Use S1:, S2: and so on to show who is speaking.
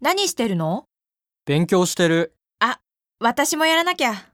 S1: 何してるの
S2: 勉強してる。
S1: 私もやらなきゃ。